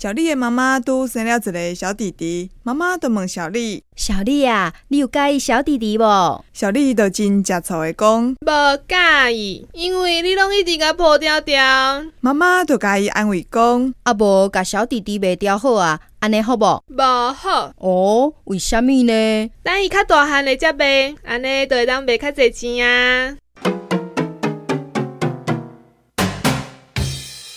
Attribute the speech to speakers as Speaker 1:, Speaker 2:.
Speaker 1: 小丽的妈妈拄生了一个小弟弟，妈妈就问小丽，
Speaker 2: 小丽啊，你有介意小弟弟无？啊
Speaker 1: 小丽就真食醋的讲，
Speaker 3: 无介意，因为你拢一直甲抱条条，
Speaker 1: 妈妈就甲伊安慰讲，
Speaker 2: 啊无，甲小弟弟卖掉好啊，安尼好无？
Speaker 3: 无好。
Speaker 2: 哦，为什么呢？
Speaker 3: 等伊较大汉了才卖，安尼就会当卖较侪钱啊。